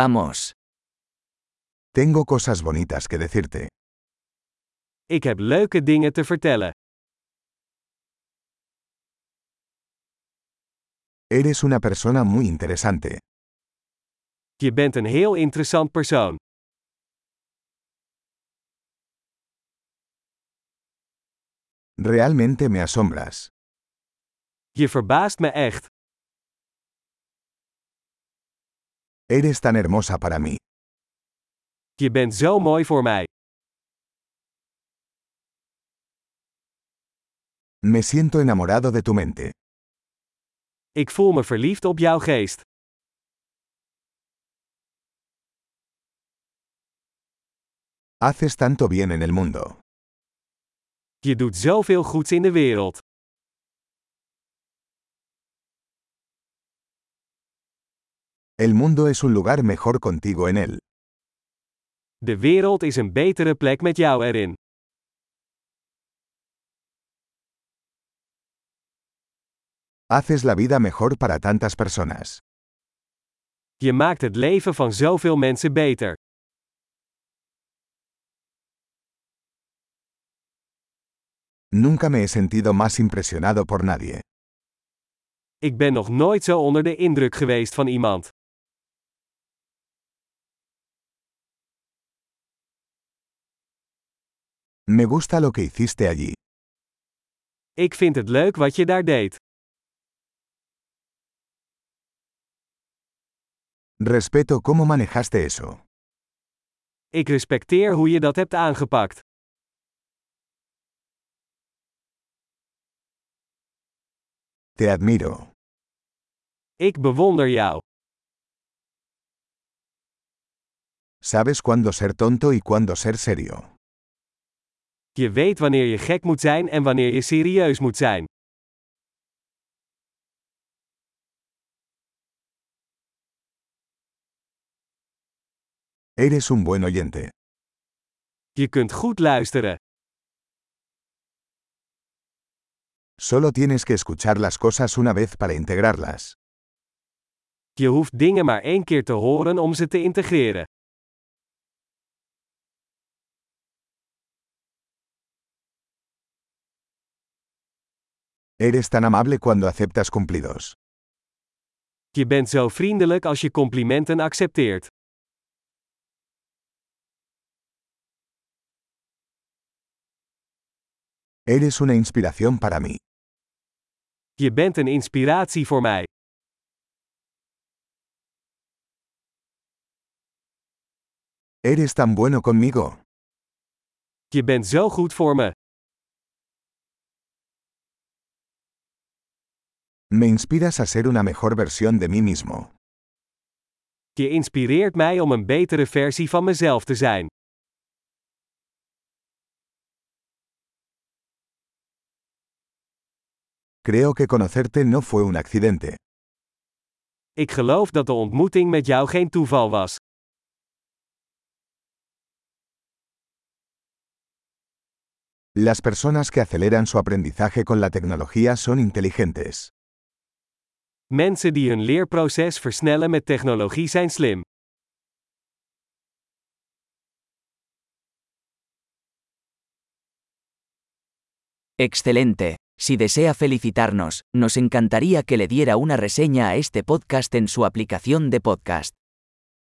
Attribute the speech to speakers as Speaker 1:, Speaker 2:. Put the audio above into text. Speaker 1: Vamos.
Speaker 2: Tengo cosas bonitas que decirte.
Speaker 3: Ik heb leuke dingen te vertellen.
Speaker 2: Eres una persona muy interesante.
Speaker 3: Je bent een heel interessant persoon.
Speaker 2: Realmente me asombras.
Speaker 3: Je verbaast me echt.
Speaker 2: Eres tan hermosa para mí.
Speaker 3: Je bent zo mooi voor mij.
Speaker 2: Me siento enamorado de tu mente.
Speaker 3: Ik voel me verliefd op jouw geest.
Speaker 2: Haces tanto bien en el mundo.
Speaker 3: Je doet zoveel goeds in de wereld.
Speaker 2: El mundo es un lugar mejor contigo en él.
Speaker 3: De wereld is een betere plek met jou erin.
Speaker 2: Haces la vida mejor para tantas personas.
Speaker 3: Je maakt het leven van zoveel mensen beter.
Speaker 2: Nunca me he sentido más impresionado por nadie.
Speaker 3: Ik ben nog nooit zo onder de indruk geweest van iemand.
Speaker 2: Me gusta lo que hiciste allí.
Speaker 3: Ik vind het leuk wat je daar deed.
Speaker 2: Respeto cómo manejaste eso.
Speaker 3: Ik respecteer hoe je dat hebt aangepakt.
Speaker 2: Te admiro.
Speaker 3: Ik bewonder jou.
Speaker 2: Sabes cuándo ser tonto y cuándo ser serio.
Speaker 3: Je weet wanneer je gek moet zijn en wanneer je serieus moet zijn.
Speaker 2: Eres un buen oyente.
Speaker 3: Je kunt goed luisteren.
Speaker 2: Solo tienes que escuchar las cosas una vez para integrarlas.
Speaker 3: Je hoeft dingen maar één keer te horen om ze te integreren.
Speaker 2: Eres tan amable cuando aceptas cumplidos.
Speaker 3: Je bent zo vriendelijk als je complimenten accepteert.
Speaker 2: Eres una inspiración para mí.
Speaker 3: Je bent een inspiratie voor mij.
Speaker 2: Eres tan bueno conmigo.
Speaker 3: Je bent zo goed voor me.
Speaker 2: Me inspiras a ser una mejor versión de mí mismo.
Speaker 3: Je inspireert mij om een betere versie van mezelf te zijn.
Speaker 2: Creo que conocerte no fue un accidente.
Speaker 3: Ik geloof dat de ontmoeting met jou geen toeval was.
Speaker 2: Las personas que aceleran su aprendizaje con la tecnología son inteligentes.
Speaker 3: Mensen die hun leerproces versnellen met technologie zijn slim.
Speaker 1: Excelente. Si desea felicitarnos, nos encantaría que le diera una reseña a este podcast en su aplicación de podcast.